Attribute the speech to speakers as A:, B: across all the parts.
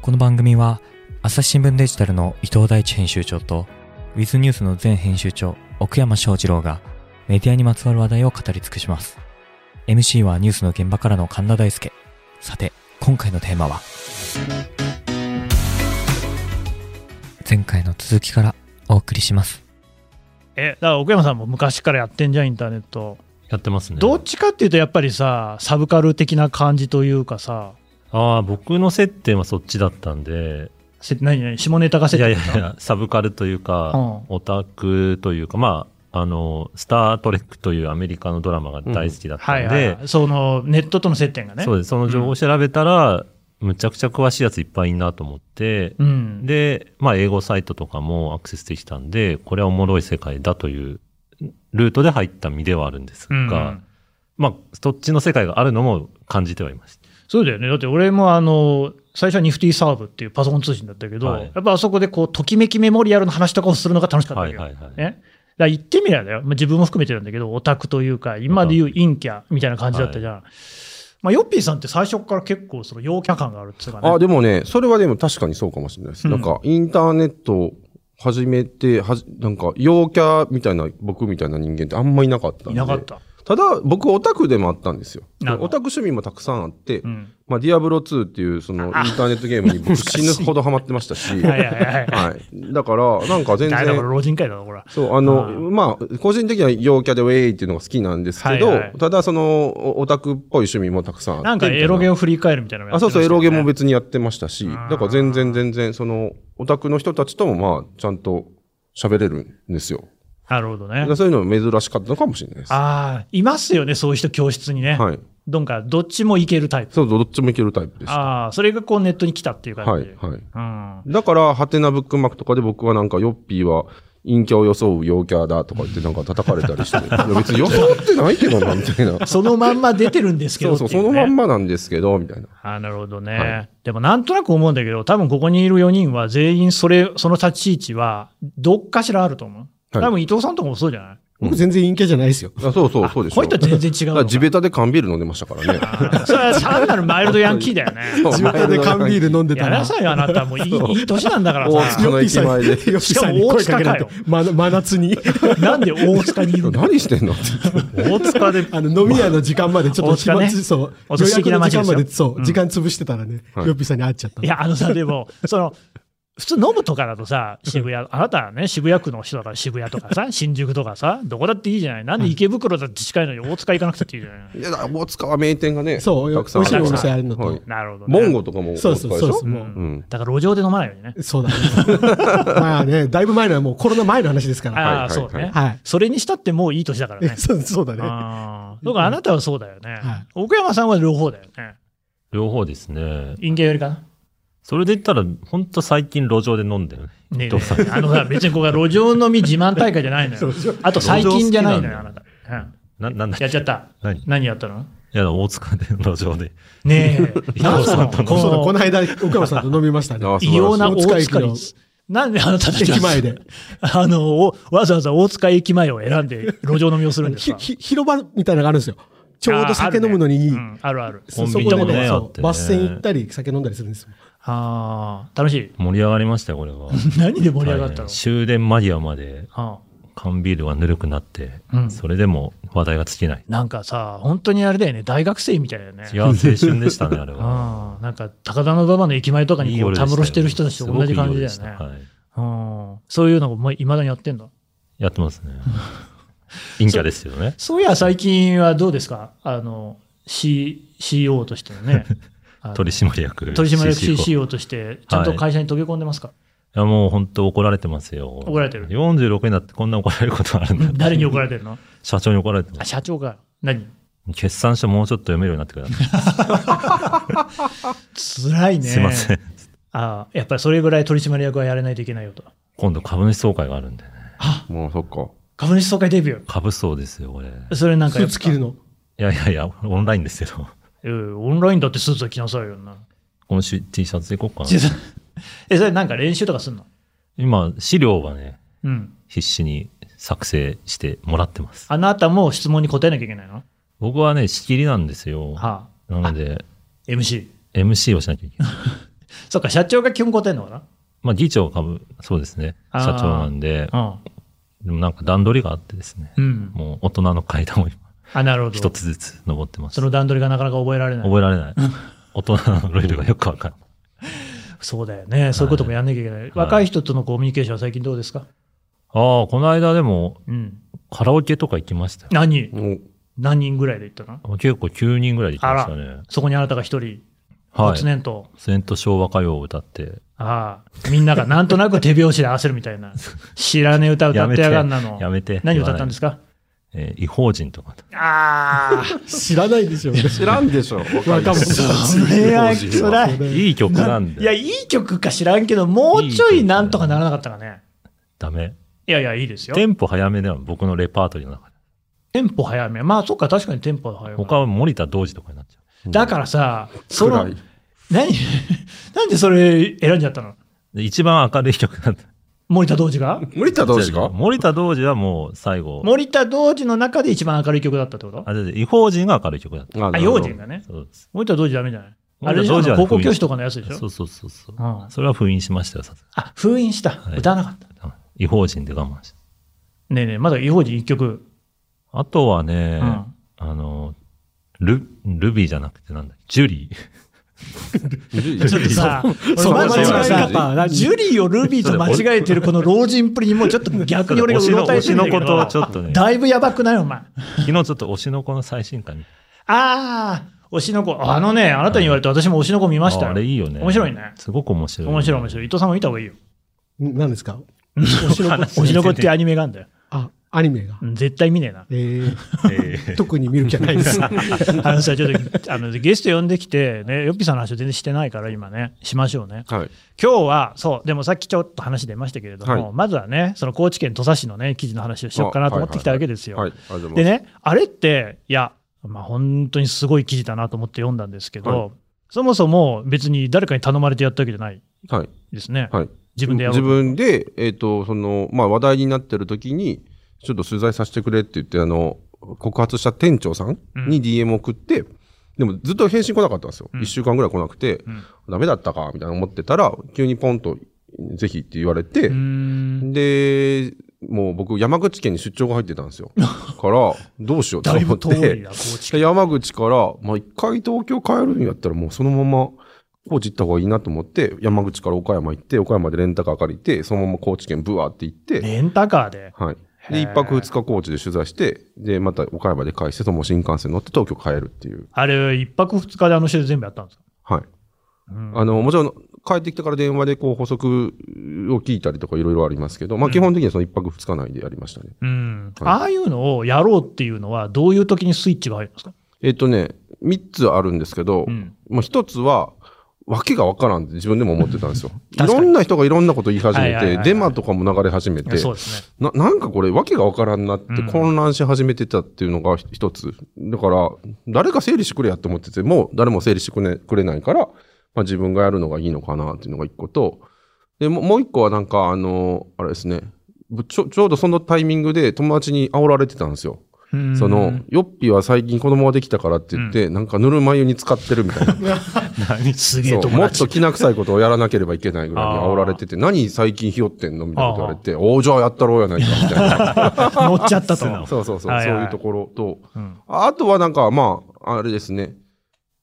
A: この番組は朝日新聞デジタルの伊藤大地編集長とウィズニュースの前編集長奥山翔二郎がメディアにまつわる話題を語り尽くします MC はニュースの現場からの神田大輔さて今回のテーマは前回の続きからお送りします
B: えだから奥山さんも昔からやってんじゃんインターネット
C: やってますね。
B: どっちかっていうとやっぱりさサブカル的な感じというかさ
C: ああ、僕の接点はそっちだったんで、
B: せ何何下ネタがせ
C: いやいやいや、サブカルというか、オタクというか、まあ、あの、スター・トレックというアメリカのドラマが大好きだった
B: はい
C: ん
B: はい
C: で
B: は、いそのネットとの接点がね
C: そうです。その情報を調べたら、むちゃくちゃ詳しいやついっぱいいんなと思って、
B: うん
C: で、まあ、英語サイトとかもアクセスできたんで、これはおもろい世界だというルートで入った身ではあるんです
B: う
C: が、
B: ん
C: まあ、そっちの世界があるのも感じてはいました。
B: そうだよねだって俺もあの最初はニフティサーブっていうパソコン通信だったけど、
C: はい
B: やっぱあそこでこうときめきメモリアルの話とかをするのが楽しかったわけど、
C: はいはいはい
B: ね、だから言ってみればだよ、まあ自分も含めてなんだけど、オタクというか、今でいう陰キャみたいな感じだったじゃん。まあ、ヨッピーさんって最初から結構その陽キャ感があるっていうかね。
D: あ、でもね、それはでも確かにそうかもしれないで
B: う
D: す。
B: ん
D: なんか、インターネット始めて、はじ、なんか、陽キャみたいな、僕みたいな人間ってあんまいなかったんで。
B: いなかっ。た。
D: ただ、僕、オタクでもあったんですよ。オ
B: なる
D: タク
B: ほど
D: 趣味もたくさんあって、
B: うん。
D: まあ、ディアブロ2っていう、その、インターネットゲームに 僕死ぬほどハマってましたし、
B: はいはいはいは
D: はい。だから、なんか
B: い。
D: 全
B: だから
D: 然、
B: 老人会だな、これ。
D: そう、あの、
B: あー
D: まあ、個人的には陽キャでウェイっていうのが好きなんですけど、
B: はいはい
D: ただ、その、おオタクっぽい趣味もたくさんあって。
B: なんかエロゲを振り返るみたいなのもや
D: あ
B: って
D: そ
B: ま
D: う
B: した
D: そう、エ
B: よね
D: ロゲも別にやってましたし、
B: ん
D: だから全然全然、その、オタクの人たちともまあ、ちゃんと喋れるんですよ。
B: なるほど
D: だ
B: ね
D: から。そういうのも珍しかったのかもしれないです。は
B: ああ、いますよね、そういう人、教室にね。
D: い。
B: どんか、どっちもいけるタイプ。
D: そうそう、どっちもいけるタイプです。は
B: ああ、それがこうネットに来たっていう
D: い、
B: 感
D: は
B: じ。
D: い。
B: うん。
D: だから、ハテナブックマークとかで僕はなんか、ヨッピーは、陰キャを装う陽キャだとか言ってなんか叩かれた りして、いや別に装ってないけどな、みたいな。
B: そのまんま出てるんですけど
D: そう
B: ってい
D: そうう、
B: ね。
D: そのまんまなんですけど、みたいな。
B: あーなるほどね、
D: は
B: でもなんとなく思うんだけど、多分ここにいる4人は全員それ、その立ち位置は、どっかしらあると思う。
D: はい
B: 多分伊藤さんとかもそうじゃない、
E: 僕全然陰キャじゃないで すよ。
D: あそうそう、そうです
B: こういった
D: だ
B: 全然違うの
D: か
B: から
D: 地べたで缶ビール飲んでましたからね。
B: それは単なるマイルドヤンキーだよ ね。
E: 地元で缶ビール飲んでた
B: や
E: ら
B: ら。さいよ、あなた。もういい、いい年なんだから
D: 大
B: さ
D: 塚。の駅前で。
E: ヨッピーさんに声かけないと
B: し。
E: ま真 夏に。
B: なんで大塚にいるんだ
D: 何してんのって言って。
C: 大塚で
E: あの、飲み屋の時間まで、ちょっ
B: 大
E: と
B: 塚ね
E: 暇つ、そう、
B: お寿司的な街
E: 予約の時間ま
B: で
E: で、
B: すよ
E: そうう、
B: ん
E: 時間潰してたらね、
D: はい
E: ヨッピーさんに会っちゃった
B: い。や、あのさ、でも、その、普通飲むとかだとさ、渋谷、あなたはね、渋谷区の人だから渋谷とか さ、新宿とかさ、どこだっていいじゃない。なんで池袋だって近いのに大塚行かなくたっていいじゃない。
D: いや、大塚は名店がね、
E: そう、
D: た
E: よ
D: く
E: 美
D: さん
E: 味しい
D: ある
E: お
D: から。は
E: 店あるの
D: い
E: と。
B: なるほど、ね。
D: モンゴとかも大
E: そ
D: 塚
E: う
D: でし
E: そ
D: ょ
E: う、そうです。
B: うん
E: もう、
D: ん。
B: だから路上で飲まないようにね。
E: そうだね。 まあね、だいぶ前のはもうコロナ前の話ですから。
B: あ
D: は
B: あ、
D: い
B: そうね、
E: はい
B: それにしたってもういい年だから
E: え
B: ね。
E: そうそうだね。
B: ああ。だからあなたはそうだよね、
E: はい
B: 奥山さんは両方だよね。
C: 両方ですね。
B: 陰形よりかな。
C: それで言ったら、ほんと最近路上で飲んでる。
B: ねえねえあのさ、別にここは路上飲み自慢大会じゃないのよ。あと最近じゃないのよ、あなた。うん
C: な、なんだっけ
B: やっちゃった。
C: 何い
B: 何やったの
C: や、大塚で路上で。
B: ねえ。
C: や
B: なんなの
C: そうだ
B: こ
E: そうだ、
B: の
E: この間、奥山さんと飲みましたね。
D: ああ
B: 異様な
E: 素晴
B: 大
E: らしい
B: 塚率。なんであなたたちは
E: 駅前で。
B: あの、おわざわざ大塚駅前を選んで路上飲みをするんです
E: ひ
B: か
E: ひ広場みたいなのがあるんですよ。ちょうど酒飲むのにい
B: ああ
E: い。
B: るねうんあるある。
C: コ
E: そ
C: ン
E: そ
C: ビ
E: こ
C: ニ
E: で
C: もね
E: ね、
C: あって
E: そ
C: ね
E: うバス停行ったり酒飲んだりするんですよ。
B: ああ、楽しい。
C: 盛り上がりましたよ、これは。
B: 何で盛り上がった
C: は
B: の
C: い、終電間際まで
B: ああ
C: 缶ビールがぬるくなって、
B: うん
C: それでも話題が尽きない。
B: なんかさ、本当にあれだよね、大学生みたいだよね。
C: いや、青春 でしたね、あれは。
B: ああなんか、高田馬場の駅前とかにこう
C: 夜で
B: た
C: たよ
B: むろしてる人たちと同じ感じだ
C: すごくいい夜でした
B: よね。
C: はい。
B: うんそういうのをいまだにやってんだ。
C: やってますね。陰キャですけどね。
B: そういや、最近はどうですかあの、C、CO としてのね。あの
C: 取締 役。
B: 取締役
C: CCO い
B: CCO として、ちゃんと会社に溶け込んでますか、
C: や、もう本当怒られてますよ。
B: 怒られてる
C: 46になってこんな怒られることあるんだって。
B: 誰に怒られてるの
C: 社長に怒られてま
B: あ、
C: す。
B: 社長が。何
C: 決算書もうちょっと読めるようになってください。
B: 辛いね。
C: すいません。
B: ああやっぱりそれぐらい取締役はやれないといけないよと。
C: 今度株主総会があるんでね。
D: もうそっか。
B: 株主総会デビュ
C: 株総ですよ、これ。い
B: ー。それなんか
E: ス
B: や
E: ー
B: っぱ
E: ツ着るの。
C: やいやいや、オンラインですけど。
B: うんオンラインだってスーツは着なさいよな。
C: 今週 T シャツでいこうかな
B: ち。ょっとえ、それなんか練習とかすんの
C: 今、資料はね、
B: うん。
C: 必死に作成してもらってます。
B: あなたも仕質問に答えなきゃいけないのは
C: 僕はね、仕切りなんですよ。
B: あ。
C: なので、
B: MC。
C: MC をしなきゃいけない。
B: そっか、社長が基本答えるのか
C: まあ議長株、そうですね。
B: あー
C: 社長なんで、
B: な
C: でもなんか段取りがあってですね。
B: うん。うん。
C: もう大人の階段 を今
B: あ、なるほど。
C: 一つずつ登ってます。
B: その
C: 覚
B: 段取りがなかなか覚えられない。
C: えられない。大人のルールがよくわかる。
B: そうだよね。そういうこともやんなきゃいけない。若い人とのコミュニケーションは最近どうですか
C: ああ、この間でも
B: うん。
C: カラオケとか行きましたよ。
B: 何
D: お
B: 何人ぐらいで行ったの
C: 結構9人ぐらいで行きましたね。
B: そこにあなたが一人、
C: はい。
B: 骨年と、
C: セント昭和歌謡を歌って。
B: ああ、みんながなんとなく手拍子で合わせるみたいな。知らねえ歌歌ってやがんなの。
C: やめて。
B: 何歌ったんですか
C: 言わないえー、異邦人とか。
B: ああ、
E: 知らないでしょうね。
D: 知らんでしょ。
E: 若者
B: それは
D: 当時
B: そら
C: いい曲なん
B: い
C: で。
B: や、いい曲か知らんけど、もうちょいなんとかならなかったかね。
C: ダメ。
B: いやいや、いいですよ
C: テ。ンポ早めでは僕のレパートリーの中で。
B: テンポ早め。まあ、そっか、確かにテンポ早め。
C: 他は森田童子とかになっちゃ
B: だからさ、その
D: 暗い、
B: 何 なんでそれ選んじゃったの
C: う。で一番明るい曲なんだ。
B: 森田童子が
D: 森田どうですか
C: 森田童子はもう最後。
B: 森田童子の中で一番明るい曲だったってこと
C: あ、違う違う異邦人が明るい曲だった。
D: あ
B: あ、用心がね。
C: そうです。
B: 森田童子ダメじゃないあれ
C: 森田
B: でしょ
C: 童子は
B: 高校教師とかのやつでし
C: そ
B: ょ
C: うそうそうそう。
B: うん
C: それは封印しましたよ、さす
B: あ、封印した。
C: い
B: 歌わなかった。
C: がに。違法人で我慢して。
B: ねえねえ、まだ違法人一曲。
C: あとはね、
B: うん
C: あの、ル、ルビーじゃなくてなんだ、ジュリー。
B: ちょっと さ、
E: そ
B: 俺
E: の
B: まず
E: 間違い
B: さ
E: 方何
B: ジュリーをルビーと間違えてるこの老人っぷりにもうちょっと逆に俺がう
C: 推し
B: ろ
C: の
B: たえ
C: 推
B: て
C: し
B: るんだ
C: の
B: けど
C: ことをちょっとね、
B: だいぶやばくないお前。
C: 昨日ちょっと推しの子の最新刊見
B: あー、推しの子。あのね、あなたに言われて私も推しの子見ました
C: あ
B: よ。
C: あれいいよね。
B: 面白いね
C: すごく面白い。
B: 面白い面白い。伊藤さんも見た方がい いよ。
E: 何ですか
B: 推しの子ってアニメがあるんだよ。
E: あ、アニメが。
B: うん絶対見ねえな。
E: えー
C: えー
E: 特に見る気はない です。
B: あのさ、ちょっと、あの、ゲスト呼んできて、ね、ヨッピーさんの話を全然してないから、今ね、しましょうね。
D: はい。
B: 今日は、そう、でもさっきちょっと話出ましたけれども、
D: はい
B: まずはね、その高知県土佐市のね、記事の話をしようかなと思ってきたわけですよ。
D: はい。ありがとうございま
B: で。
D: す
B: ね、あれって、いや、まあ、本当にすごい記事だなと思って読んだんですけど、
D: はい
B: そもそも別に誰かに頼まれてやったわけじゃない
D: はい。
B: ですね。
D: はい。
B: 自分でやろう
D: 自分で、えっ、と、その、まあ、話題になってる時に、ちょっと取材させてくれって言って、あの、告発した店長さんに DM 送って、でもずっと返信来なかったんですよ。一
B: うん
D: 1週間ぐらい来なくて、
B: ん
D: ダメだったか、みたいな思ってたら、急にポンと、ぜひって言われて、
B: うーん。
D: で、もう僕、山口県に出張が入ってたん ですよ。から、どうしようと
B: だい
D: 思っ
B: ぶ遠い
D: て
B: な、、高知
D: で
B: 県。
D: 山口から、まあ、一回東京帰るんやったら、もうそのまま高知行った方がいいなと思って、山口から岡山行って、岡山でレンタカー借りて、そのまま高知県ブワーって行って、
B: レンタカーで。
D: はい。
B: へ
D: で、
B: ー
D: 一泊二日高知で取材して、で、また岡山で返して、その新幹線乗って東京帰るっていう。
B: あれ、一泊二日であの人全部やったんですか
D: はい。
B: うん
D: あの、もちろん、帰ってきてから電話でこう補足を聞いたりとかいろいろありますけど、まあ基本的にはその一泊二日内でやりましたね。
B: うん、
D: はい
B: ああいうのをやろうっていうのは、どういう時にスイッチが入るんですか、
D: えっとね、三つあるんですけど、
B: ん、
D: まあ、一つは、わけがわからんって自分でも思ってたんですよ。い
B: 確かに
D: ろんな人がいろんなこと言い始
B: はい
D: め
B: はいはい
D: て、
B: はい
D: デマとかも流れ始めて、
B: そうですね。
D: ななんかこれわけがわからんなって
B: うん
D: 混乱し始めてたっていうのが一つ。だから、誰か整理してくれやって思ってても、誰も整理してくれくれないから、まあ、自分がやるのがいいのかなっていうのが一個と、でももう一個はなんか、あの、あれですね、ぶちょちょうどそのタイミングで友達に煽られてたんですよ。
B: うん
D: その、ヨッピーは最近子供ができたからって言って、なんかぬるま湯に使ってるみ たいな。
B: すげえ
D: そう
B: 友
D: もっ
B: 達
D: ときな臭いことをやらなければいけないぐらいに煽られてて、何最近ひよってんのみたいなこと言われて、おうじゃあやったろうやないかみたい な。
B: 乗っちゃったと。
D: そうそうそう、
B: はいはい
D: そういうところと、
B: うん
D: ああとはなんか、まあ、あれですね。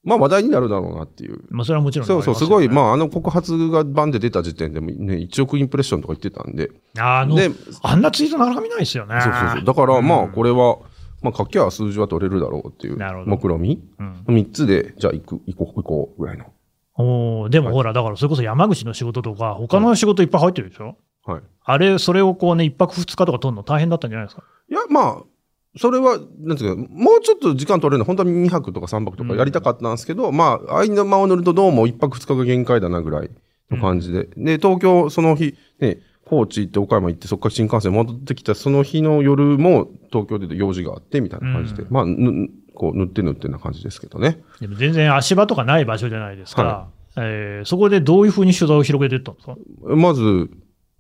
D: まあ話題になるだろうなっていう。
B: まあ、それはもちろん、
D: そうそう、すごい、
B: あ
D: まあ、あの告発がバンで出た時点でもね、1億インプレッションとか言ってたん
B: り
D: で。
B: ますよね。あの
D: で、
B: あんなツイートなかなか見ないですよね。
D: そうそうそう。だから、まあ、これは、まあ、書きゃ数字は取れるだろうっていう
B: なるほど
D: 目論み。
B: うん
D: 3つで、じゃあ行く、行こう、行こう、ぐらいの。
B: おーでも
D: はい
B: ほら、だからそれこそ山口の仕事とか、他の仕事いっぱい入ってるでしょ、
D: はい。
B: あれ、それをこうね、一泊二日とか取るの大変だったんじゃないですか。
D: いや、まあ、それは、なんていうか、もうちょっと時間取れるの、本当は2泊とか3泊とかやりたかったんですけど、まあ、間間を塗るとどうも1泊2日が限界だなぐらいの感じで。で、東京、その日、ね、高知行って岡山行って、そこから新幹線戻ってきた、その日の夜も東京で用事があって、みたいな感じで。
B: うん
D: まあ、ぬ、こう、塗って塗ってな感じですけどね。
B: でも全然足場とかない場所じゃないですか。
D: は
B: えーそこでどういうふうに取材を広げていったんですか
D: まず、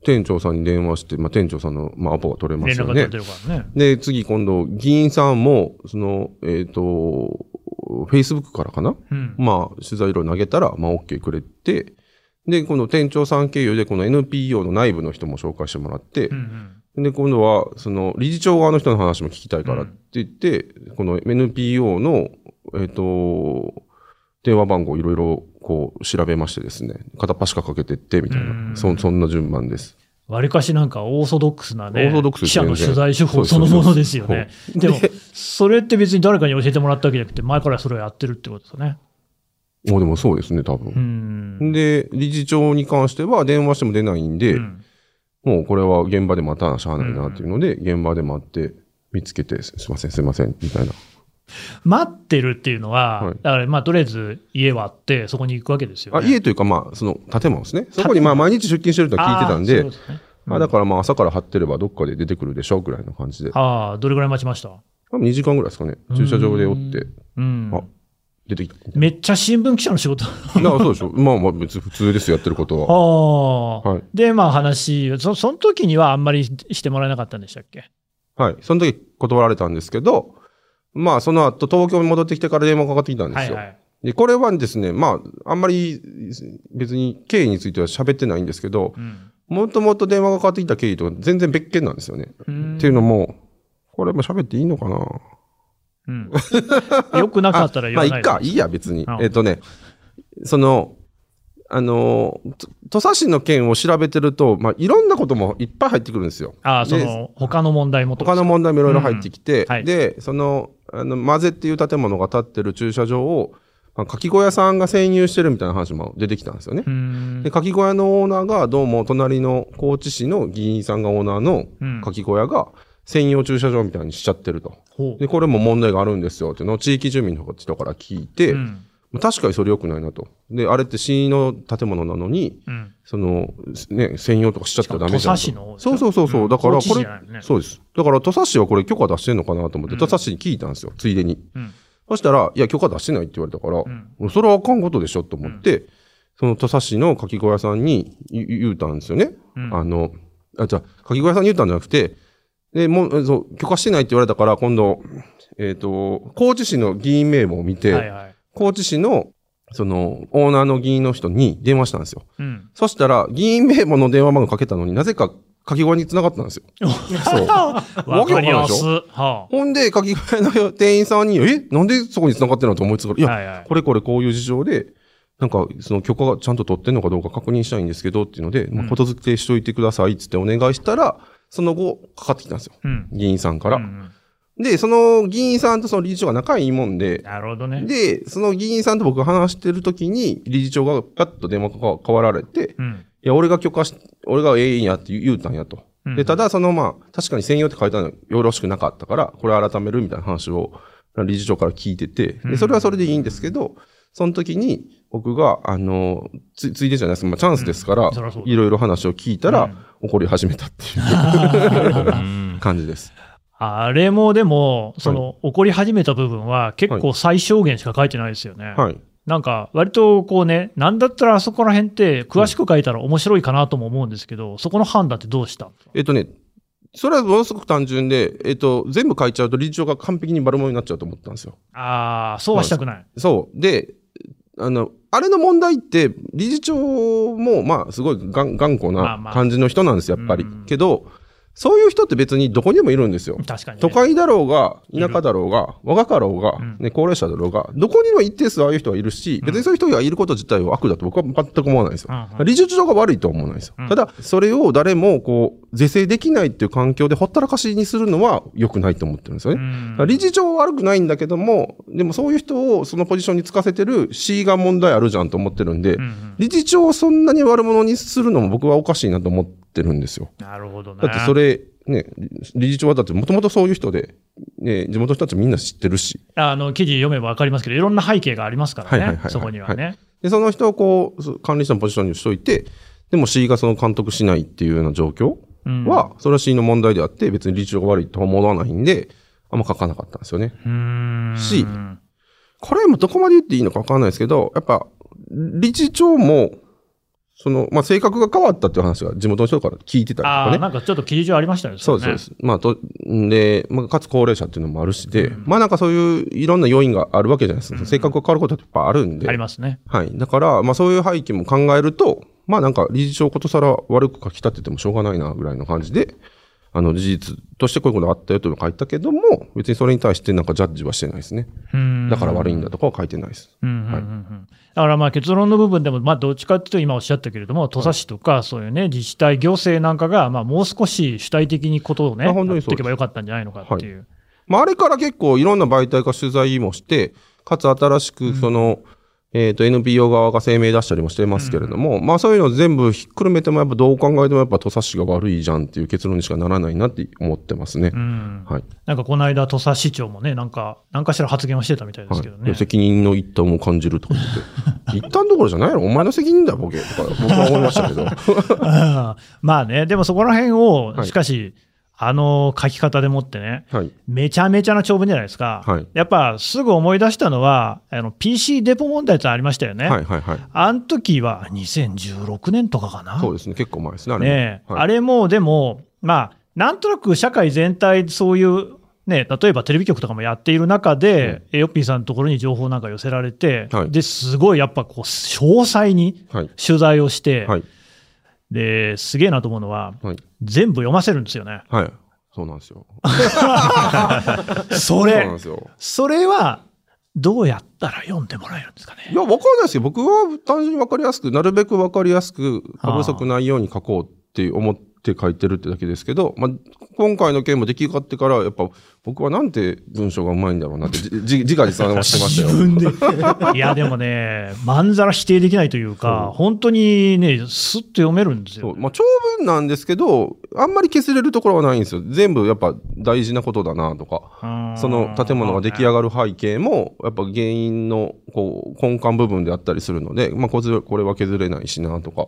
D: 店長さんに電話して、まあ、店長さんの、まあ、アポが取れま
B: 連
D: す
B: 絡
D: よ
B: が取れて。る
D: ね
B: からね。
D: で、次、今度、議員さんも、その、えっ、と、Facebook からかな
B: うん。
D: まあ、取材料投げたら、まあ、OK くれて、で、この店長さん経由で、この NPO の内部の人も紹介してもらって
B: う、ん
D: で、今度は、その、理事長側の人の話も聞きたいからって言って、この NPO の、えっ、と、電話番号いろいろ、こう、調べましてですね、片っ端からかけてって、みたい
B: うん
D: な、そそんな順番です。
B: うん、わりかしなんかオーソドックスなね、
D: オーソドックスで
B: 記
D: す
B: 者
D: よね
B: の取材手法そ
D: そう
B: の
D: です
B: ものですよね。
D: そう
B: で
D: です
B: も、それって別に誰かに教えてもらったわけじゃなくて、前からそれをやってるってことですよね。
D: もうでもそうですね、多
B: う
D: 分。
B: ん。
D: で、理事長に関しては、電話しても出ないんで、
B: うん
D: もうこれは現場で待たなしゃあないなっていうので、現場で待って、見つけて、すすいません、すいません、みたいな。
B: 待ってるっていうのは、
D: はい
B: だからまあ、とりあえず家はあって、そこに行くわけですよ、
D: あ
B: ね。
D: 家というか、まあ、その建物ですね。そこにまあ毎日出勤してるとは聞いてた
B: あ
D: ん
B: ー
D: で
B: そう、すね
D: あだからまあ朝から張ってればどっかで出てくるでしょうぐらいの感じで。
B: ああ、どれぐらい待ちました
D: 多分2時間ぐらいですかね。駐車場でおって、
B: うん
D: あ。出てきた。
B: めっちゃ新聞記者の仕事。
D: だからそうでしょ。まあまあ別に普通ですよ、やってることは。
B: ああ、
D: はい
B: で、まあ話、そその時にはあんまりしてもらえなかったんでしたっけ
D: はい。その時断られたんですけど、まあその後東京に戻ってきてから電話かかってきたんですよ。
B: はいはい。
D: で、これはですね、まああんまり別に経緯については喋ってないんですけど、
B: うん
D: もともと電話がかかってきた経緯とは全然別件なんですよね。
B: うん
D: っていうのも、これも喋っていいのかな
B: うんよくなかったら言わない
D: まあ、い
B: で
D: っか、いいや、別に
B: うん。
D: えっとね、その、あの、と土佐市の件を調べてると、まあ、いろんなこともいっぱい入ってくるんですよ。
B: ああ、そ
D: で
B: の、他の問題もと
D: 他の問題もいろいろ入ってきて、
B: うんはい
D: で、その、あの、マゼっていう建物が建ってる駐車場を、まあ、かき小屋さんが占有してるみたいな話も出てきたんですよね
B: う。ん
D: で、かき小屋のオーナーが、どうも隣の高知市の議員さんがオーナーの
B: うん
D: かき小屋が専用駐車場みたいにしちゃってると。
B: ほう
D: で、これも問題があるんですよっていうのを地域住民の人から聞いて、
B: うん
D: 確かにそれ良くないなと。で、あれって市の建物なのに、
B: うん
D: その、ね、専用とかしちゃったらダメじゃんと。
B: しかも土佐市の
D: そうそうそうそう。だから
B: 高知市
D: こ
B: じ
D: れ
B: ゃないよね、
D: そうです。だから土佐市はこれ許可出してんのかなと思っ
B: う
D: て、
B: ん
D: 土佐市に聞いたんですよ、ついでに。
B: うん
D: そしたら、いや、許可出してないって言われたから
B: う、ん
D: それはあかんことでしょと思って、その土佐市のかき小屋さんに言う言うたんですよね。
B: うん
D: あの、あ、じゃあかき小屋さんに言ったんじゃなくて、で、もう、えそう、許可してないって言われたから、今度、えっ、と、高知市の議員名簿を見て、
B: はいはい。
D: 高知市の、その、オーナーの議員の人に電話したんですよ。
B: うん。
D: そしたら、議員名簿の電話番号かけたのになぜか、かき小屋に繋がったんで すよ。そう。
B: わかりや
D: でし
B: す。
D: ょ
B: は
D: ほんで、かき小屋の店員さんに、え、なんでそこに繋がってるのと思いつつから、い
B: あ。
D: や、
B: はいはい。
D: これこれこういう事情で、なんか、その許可がちゃんと取ってんのかどうか確認したいんですけどっていうので、ま
B: うん
D: あ、ことづけしといてくださいっつってお願いしたら、その後、かかってきたんですよ。
B: うん。
D: 議員さんか
B: う
D: ら。
B: ん
D: で、その議員さんとその理事長が仲いいもんで、
B: なるほどね。
D: で、その議員さんと僕が話してる時に、理事長がパッと電話が変わられて、
B: うん
D: いや、俺が許可し、俺がええんやって言うたんやと。
B: うん
D: で、ただ、そのまあ、確かに専用って書いたのよろしくなかったから、これ改めるみたいな話を、理事長から聞いてて、
B: うん
D: で、それはそれでいいんですけど、その時に、僕が、あの、つ、ついでじゃないですか、まあ、チャンスですから
B: うんそりゃそう、だ
D: いろいろ話を聞いた
B: う
D: ら
B: ん、
D: 怒り始めたって いう感じです。
B: あれもでも、その、怒り始めた部分は結構最小限しか書いてないですよね。
D: はい。
B: なんか、割とこうね、なんだったらあそこら辺って詳しく書いたら面白いかなとも思うんですけど、そこの判断ってどうしたんですか
D: えっとね、それはものすごく単純で、えっと、全部書いちゃうと理事長が完璧に丸物になっちゃうと思ったんですよ。
B: ああ、そうはしたくない。
D: そう。で、あの、あれの問題って、理事長も、まあ、すごいがん頑固
B: まあま
D: な
B: あ
D: 感じの人なんですよ、やっぱり
B: うん。
D: けど、そういう人って別にどこにでもいるんですよ。
B: 確かに、ね。
D: 都会だろうが、田舎だろうが、若かろうが
B: うん、
D: ね、高齢者だろうが、どこにも一定数ああいう人はいるし、別にそういう人がいること自体は悪だと僕は全く思わないですよ
B: うんうん。
D: 理事長が悪いとは思わないですよ
B: うん。
D: ただ、それを誰も、こう、是正できないっていう環境でほったらかしにするのは良くないと思ってるんですよね。
B: うん
D: 理事長は悪くないんだけども、でもそういう人をそのポジションにつかせてる C が問題あるじゃんと思ってるんで、
B: うんうん
D: 理事長をそんなに悪者にするのも僕はおかしいなと思ってるんですよ。
B: なるほどね。
D: だってそれ、ね、理事長はだってもともとそういう人で、ね、地元の人たちみんな知ってるし、
B: あの、記事読めばわかりますけど、いろんな背景がありますからね、
D: はいはいはいはい
B: そこにはね。
D: で、その人をこう、そ管理者のポジションにしといて、でも C がその監督しないっていうような状況
B: うん
D: は、それは C の問題であって、別に理事長が悪いとは思わないんで、あんま書かなかったんですよね。
B: うーん。
D: しこれもどこまで言っていいのかわかんないですけど、やっぱ、理事長も、その、まあ、性格が変わったっていう話が地元の人から聞いてたり
B: ああ、
D: とかね。
B: なんかちょっと記事上ありましたよね。
D: そうです、そうです。まあ、と、んで、まあ、かつ高齢者っていうのもあるしで、まあなんかそういういろんな要因があるわけじゃないですか。性格が変わることってやっぱあるんで。
B: ありますね。
D: はい。だから、まあそういう背景も考えると、まあなんか理事長ことさら悪く書き立ててもしょうがないなぐらいの感じで、あの事実としてこういうことがあったよというのを書いたけども、別にそれに対してなんかジャッジはしてないですね。だから悪いんだとかは書いてないです。
B: うんうんうんうんだからまあ結論の部分でも、まあ、どっちかっていうと、今おっしゃったけれども、土佐市とか、そういうね、自治体、行政なんかが、まあ、もう少し主体的にことをね、
D: あ
B: や
D: 本当に
B: っ
D: そう
B: て
D: です
B: いけばよかったんじゃないのかっていう。
D: まあ、あれから結構いろんな媒体が取材もして、かつ新しくその、えっ、と NPO 側が声明出したりもしてますけれども、まあそういうの全部ひっくるめてもやっぱどう考えてもやっぱ土佐市が悪いじゃんっていう結論にしかならないなって思ってますね。
B: うん
D: はい。
B: なんかこの間、土佐市長もね、なんか、何かしら発言をしてたみたいですけど
D: はい
B: ね。
D: で責任の一端も感じるとか 言って、一端どころじゃないのお前の責任だよ、ボケとか、僕は思いましたけ ど。
B: うん まあね、でもそこら辺を、
D: はい
B: しかし、あの書き方でもってね、
D: はい。
B: めちゃめちゃな長文じゃないですか。
D: はい
B: やっぱすぐ思い出したのは、あの PC デポ問題ってありましたよね。
D: はいはいはい。
B: あの時は2016年とかかな。
D: そうですね、結構前ですね、あれも。
B: ねえ
D: はい
B: あれもでも、まあ、なんとなく社会全体、そういう、ね、例えばテレビ局とかもやっている中で、えヨッピーさんのところに情報なんか寄せられて、
D: はい
B: ですごいやっぱこう詳細に
D: はい。
B: 取材をして、
D: はい。
B: ですげえなと思うのは、
D: はい。
B: 全部読ませるんですよね。
D: はい。そうなんですよ。
B: そ
D: そうなん
B: れ
D: で、すよ。
B: それはどうやったら読んでもらえるんですか
D: い
B: ね。
D: や、わかんないですよ。僕は単純にわかりやすく、なるべくわかりやすく、過不足ないように書こうって思って書いてるってだけですけど、まあ、今回の件も出来上がってから、やっぱ僕はなんて文章がうまいんだろうなって、じ、じ、自画自賛はしてましたよ。
B: いや、でもね、まんざら否定できないというか、本当にね、すっと読めるんです
D: そ
B: よ
D: う。まあ、長文なんですけど、あんまり削れるところはないんですよ。全部やっぱ大事なことだなとか、
B: うん
D: その建物が出来上がる背景も、やっぱ原因のこう根幹部分であったりするので、まあ、こずこれは削れないしなとか。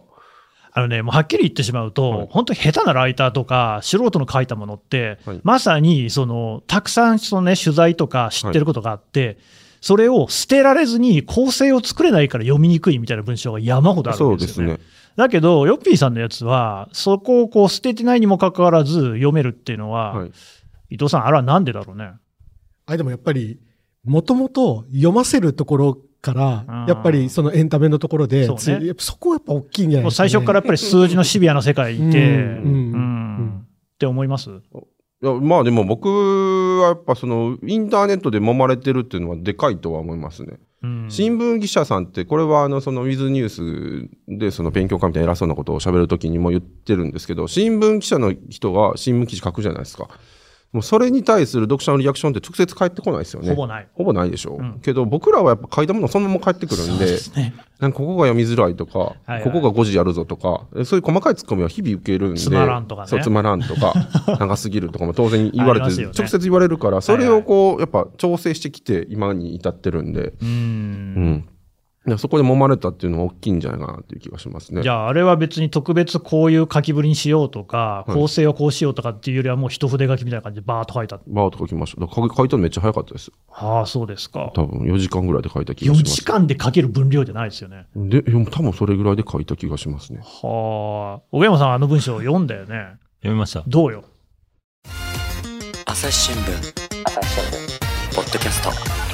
B: あのね、もうはっきり言ってしまうと、
D: はい
B: 本当に下手なライターとか、素人の書いたものって、
D: はい
B: まさにそのたくさんその、ね、取材とか知ってることがあって、それを捨てられずに構成を作れないから読みにくいみたいな文章が山ほどある
D: そ
B: ん
D: う
B: で
D: ですす
B: よね。
D: ね。
B: だけど、ヨッピーさんのやつは、そこをこう捨ててないにもかかわらず読めるっていうのは、
D: はい。
B: 伊藤さん、あれはなんでだろうね。
E: あれでもやっぱり、もともと読ませるところから
B: うん、
E: やっぱりそのエンタメのところで、
B: そうね
E: ついやっぱそこはやっぱ大きいんじゃない
B: もう
E: です
B: 最
E: か、ね。
B: 初からやっぱり数字のシビアな世界にいて、
E: うんうん
B: うん
E: うん
B: って思います
D: いやまあでも僕はやっぱそのインターネットで揉まれてるっていうのはでかいとは思いますね。
B: うん
D: 新聞記者さんってこれはあのそのウィズニュースでその勉強会みたいな偉そうなことを喋るときにも言ってるんですけど新聞記者の人が新聞記事書くじゃないですか。もうそれに対する読者のリアクションって直接返ってこないですよね。
B: ほぼない。
D: ほぼないでしょう、
B: うん
D: けど僕らはやっぱ書いたものそのまま返ってくるんで
B: ね
D: なんかここが読みづらいとか、
B: いはい
D: ここが5時やるぞとかえそういう細かいツッコミは日々受けるんで
B: つまらんとかね
D: そうつまらんと か長すぎるとかも当然言われ
B: ありま
D: て、
B: すよね
D: 直接言われるからそれをこうやっぱ調整してきて今に至ってるんで、
B: う
D: うんんだからそこで揉まれたっていうのは大きいんじゃないかなっていう気がしますね。
B: じゃあ、あれは別に特別こういう書きぶりにしようとか、
D: はい
B: 構成をこうしようとかっていうよりは、もう一筆書きみたいな感じでバーっと書いた。
D: バーとか来ました。だから書いたのめっちゃ早かったです。
B: ああ、そうですか。
D: 多分4時間ぐらいで書いた気
B: 4
D: がします。
B: 時間で書ける分量じゃないですよね。
D: で、いや多分それぐらいで書いた気がしますね。
B: はあ。小山さん、あの文章読んだよね。
C: 読みました。
B: どうよ。
A: 朝日新聞ポッドキャスト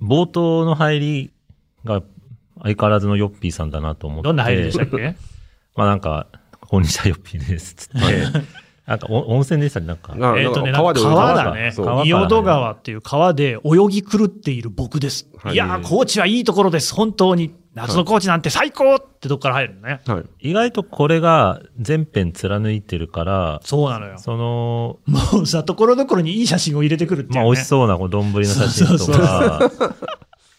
C: 冒頭の入りが相変わらずのヨッピーさんだなと思って。
B: どんな入りでしたっけ
C: まあなんか、こんにちはヨッピーです。つって。 なんかお温泉でしたね、なんか。
D: な
B: えっ、
D: なん
B: と
D: か
B: ね、川川
C: 川
B: だ
C: だ
B: ね。
D: そう
C: 川から
B: 仁淀川っていう川で泳ぎ狂っている僕です。、
D: はいい
B: やー、高知はいいところです、本当に。夏の高知なんて最高ってとこから入るのね。
D: はい。
C: 意外とこれが全編貫いてるから、
B: そうなのよ。
C: その、
B: もうさ、ところどころにいい写真を入れてくるっていう、ね。
C: まあ美味しそうなこう丼の写真と
B: そうそう
C: か、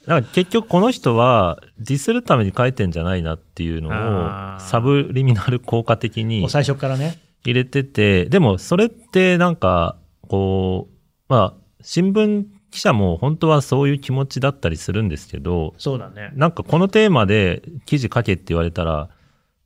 C: なんか結局この人はディスるために書いてんじゃないなっていうの
B: あー
C: をサブリミナル効果的
B: も
C: に
B: う最初からね。
C: 入れてて、でもそれってなんか、こう、まあ、新聞記者も本当はそういう気持ちだったりするんですけど、
B: そうだね。
C: なんかこのテーマで記事書けって言われたら、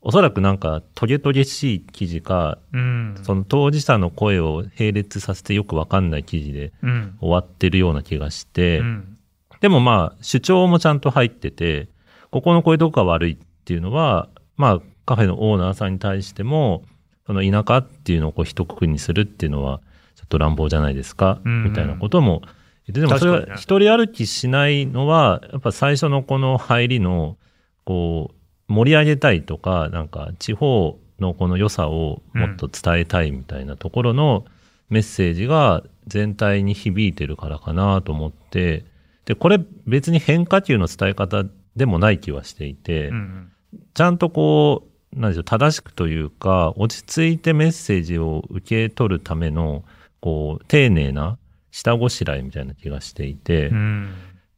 C: おそらくなんかトゲトゲしい記事か、
B: うん。
C: その当事者の声を並列させてよくわかんない記事で
B: うん。
C: 終わってるような気がし
B: う
C: て、
B: ん。
C: でもまあ主張もちゃんと入ってて、ここの声どこが悪いっていうのは、まあカフェのオーナーさんに対しても、その田舎っていうのをこう一括りにするっていうのはちょっと乱暴じゃないですか、
B: うんうん
C: みたいなことも。ででもそ
B: 確
C: れ
B: かに
C: は
B: ね
C: 一人歩きしないのは、やっぱ最初のこの入りの、こう、盛り上げたいとか、なんか地方のこの良さをもっと伝えたいみたいなところのメッセージが全体に響いてるからかなと思って、で、これ別に変化球の伝え方でもない気はしていて、
B: うん。
C: ちゃんとこう、なんでしょう、正しくというか、落ち着いてメッセージを受け取るための、こう、丁寧な下ごしらえみたいな気がしていて、
B: うん。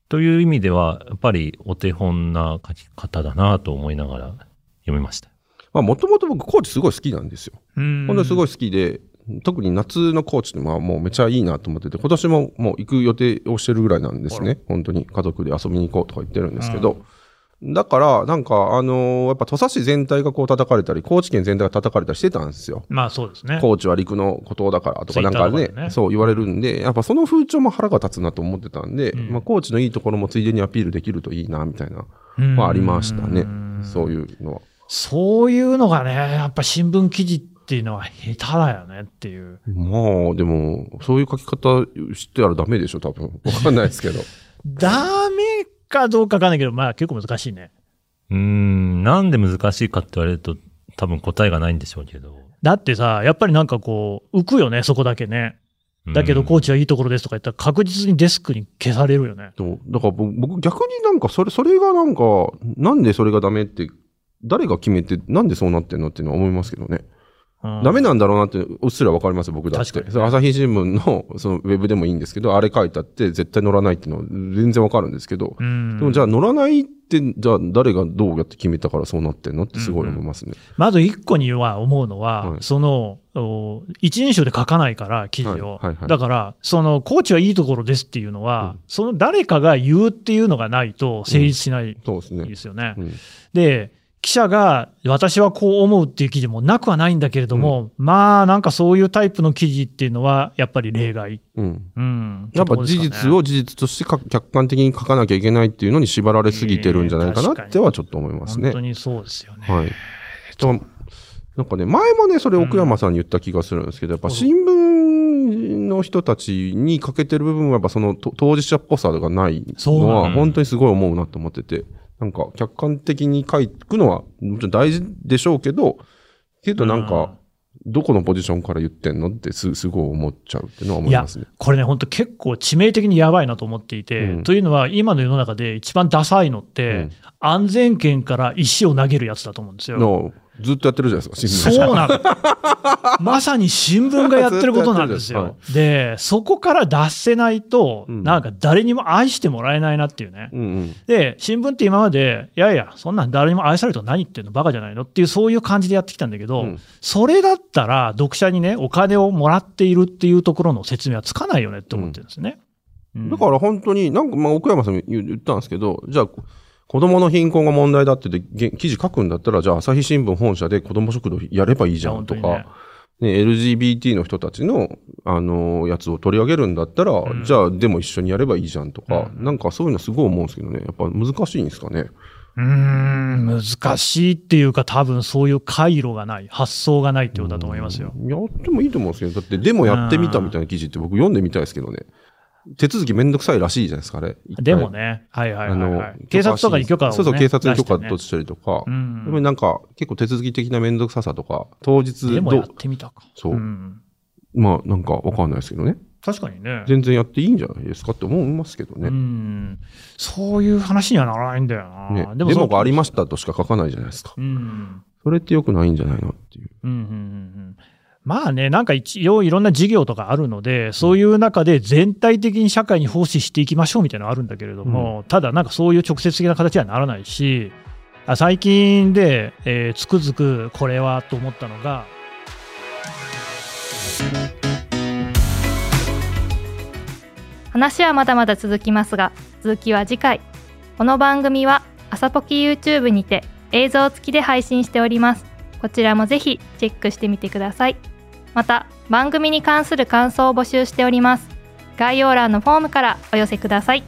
C: という意味では、やっぱりお手本な書き方だなと思いながら読みました。
D: まあ、もともと僕、高知すごい好きなんですよ。
B: うん。
D: 本当にすご
B: い。
D: い好きで、特に夏の高知って、まあ、もうめちゃいいなと思ってて、今年ももう行く予定をしてるぐらいなんですね。本当に家族で遊びに行こうとか言ってるんですけど。だから、なんか、あのーやっぱ土佐市全体がこう叩かれたり、高知県全体が叩かれたりしてたんですよ。
B: まあそうですね。
D: 高知は陸の孤島だからとか、なんか
B: Twitter
D: ね
B: とかでね
D: そう言われるんで、やっぱその風潮も腹が立つなと思ってたんで、
B: うん
D: まあ、高知のいいところもついでにアピールできるといいな、みたいな、
B: うん
D: まあ、ありましたね。そう
B: う。
D: いうのは。
B: そういうのがね、やっぱ新聞記事っていうのは下手だよねっていう。
D: まあ、でも、そういう書き方知ってたらダメでしょ、多分。 わかんないですけど。
B: ダメかどうかわかんないけど、まあ結構難しいね。
C: うーん、なんで難しいかって言われると、多分答えがないんでしょうけど。
B: だってさ、やっぱりなんかこう、浮くよね、そこだけね。だけど、コー
C: チ
B: チはいいところですとか言ったら、確実にデスクに消されるよね。
D: そうだから僕、僕逆になんか、それ、それがなんか、なんでそれがダメって、誰が決めて、なんでそうなってんのっていうのは思いますけどね。ダメ
B: な
D: なんだろうなって、うっすらわかります、僕だっ
B: 確か
D: て。
B: に
D: それ朝日新聞の、その、ウェブでもいいんですけど、あれ書いたって絶対載らないっていうのは全然わかるんですけど、
B: うん、
D: でもじゃあ載らないって、じゃあ誰がどうやって決めたからそうなってんのってすごい思いますね。
B: まず一個には思うのは、
D: はい
B: その、お一人称で書かないから、記事を。
D: はいはいはい
B: だから、その、コーチはいいところですっていうのは、
D: うん
B: その誰かが言うっていうのがないと成立しない
D: そうですね。
B: ですよね。
D: うん
B: で、記者が私はこう思うっていう記事もなくはないんだけれども、まあなんかそういうタイプの記事っていうのはやっぱり例外。
D: うん。
B: うん。
D: やっぱ事実を事実としてか客観的に書かなきゃいけないっていうのに縛られすぎてるんじゃないかなってはちょっと思いますね。
B: 本当にそうですよね。
D: はい。だからなんかね、前もね、それ奥山さんに言った気がするんですけど、やっぱ新聞の人たちに欠けてる部分は、やっぱそのと当事者っぽさがない
B: そう
D: の
B: な
D: は、
C: の
D: 本当にすごい思うなと思ってて、なんか客観的に書くのは、もちろん大事でしょうけど、けどなんか、どこのポジションから言ってんのってす、すごい思っちゃうっていうのは思いますね。
B: これね、本当結構致命的にやばいなと思っていて、
D: うん
B: というのは今の世の中で一番ダサいのって、
D: うん
B: 安全圏から石を投げるやつだと思うんですよ。
D: のずっとやってるじゃないですか、新聞
B: そう なの。まさに新聞がやってることなんですよ。で、そこから脱せないと、
D: うん
B: なんか誰にも愛してもらえないなっていうね。
D: うんうん。
B: で、新聞って今まで、いやいや、そんなん誰にも愛されると何言ってんの、バカじゃないのっていう、そういう感じでやってきたんだけど、
D: うん
B: それだったら、読者にね、お金をもらっているっていうところの説明はつかないよねって思ってるんですね。うん
D: だから本当に、なんか、まあ、奥山さんも言言ったんですけど、じゃあ、こ子供の貧困が問題だってでげ記事書くんだったら、じゃあ、朝日新聞本社で子供食堂やればいいじゃんと
B: いや
D: か、
B: 本
D: ね LGBT の人たちの、あのーやつを取り上げるんだったら、
B: ん
D: じゃあ、でも一緒にやればいいじゃんとか、
B: うん
D: なんかそういうのすごい思うんですけどね、やっぱ難しいんですかね。
B: うーん、難しいっていうか、多分そういう回路がない、発想がないってことだと思いますよ。
D: やってもいいと思うんですけど、だって、でもやってみたみたいな記事って僕読んでみたいですけどね。手続きめんどくさいらしいじゃないですか、あれ。一回
B: でも。ね、はいはいはい、はい警察とかに許可を、ね、
D: そうそう、警察に許可
B: 出してね
D: 取ったりとか
B: う、
D: でも
B: ん、
D: なんか、結構手続き的な面倒くささとか、当日
B: でも
D: ど
B: や
D: う
B: っ、てみたか。
D: そうんまあなんかわかんないですけどね。
B: 確かにね。
D: 全然やっていいんじゃないですかって思いますけど
B: う
D: ね。
B: ん、そういう話にはならないんだよな。
D: ねデ
B: でもそ
D: モがありま
B: し
D: したとしか書かないじゃないですか。
B: た。うん。
D: それって良くないんじゃないのっていう。
B: うんうんうんうんまあね、なんか一応いろんな事業とかあるので、そういう中で全体的に社会に奉仕していきましょうみたいなのあるんだけれども、ただなんかそういう直接的な形にはならないし、あ最近で、えーつくづくこれはと思ったのが、
F: 話はまだまだ続きますが続きは次回この番組は朝ポキ YouTube にて映像付きで配信しておりますこちらもぜひチェックしてみてくださいまた番組に関する感想を募集しております概要欄のフォームからお寄せください